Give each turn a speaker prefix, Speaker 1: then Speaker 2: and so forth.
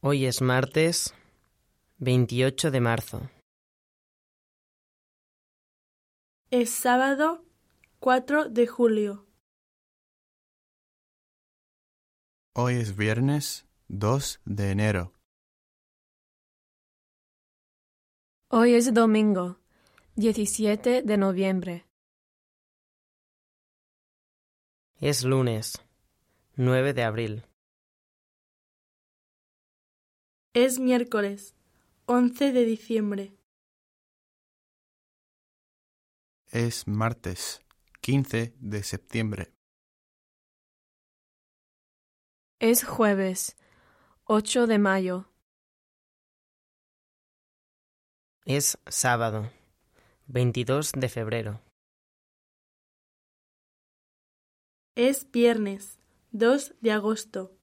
Speaker 1: Hoy es martes 28 de marzo.
Speaker 2: Es sábado 4 de julio.
Speaker 3: Hoy es viernes 2 de enero.
Speaker 4: Hoy es domingo, 17 de noviembre.
Speaker 1: Es lunes 9 de abril.
Speaker 2: Es miércoles 11 de diciembre.
Speaker 3: Es martes 15 de septiembre.
Speaker 4: Es jueves, 8 de mayo.
Speaker 1: Es sábado 22 de febrero.
Speaker 2: Es viernes 2 de agosto.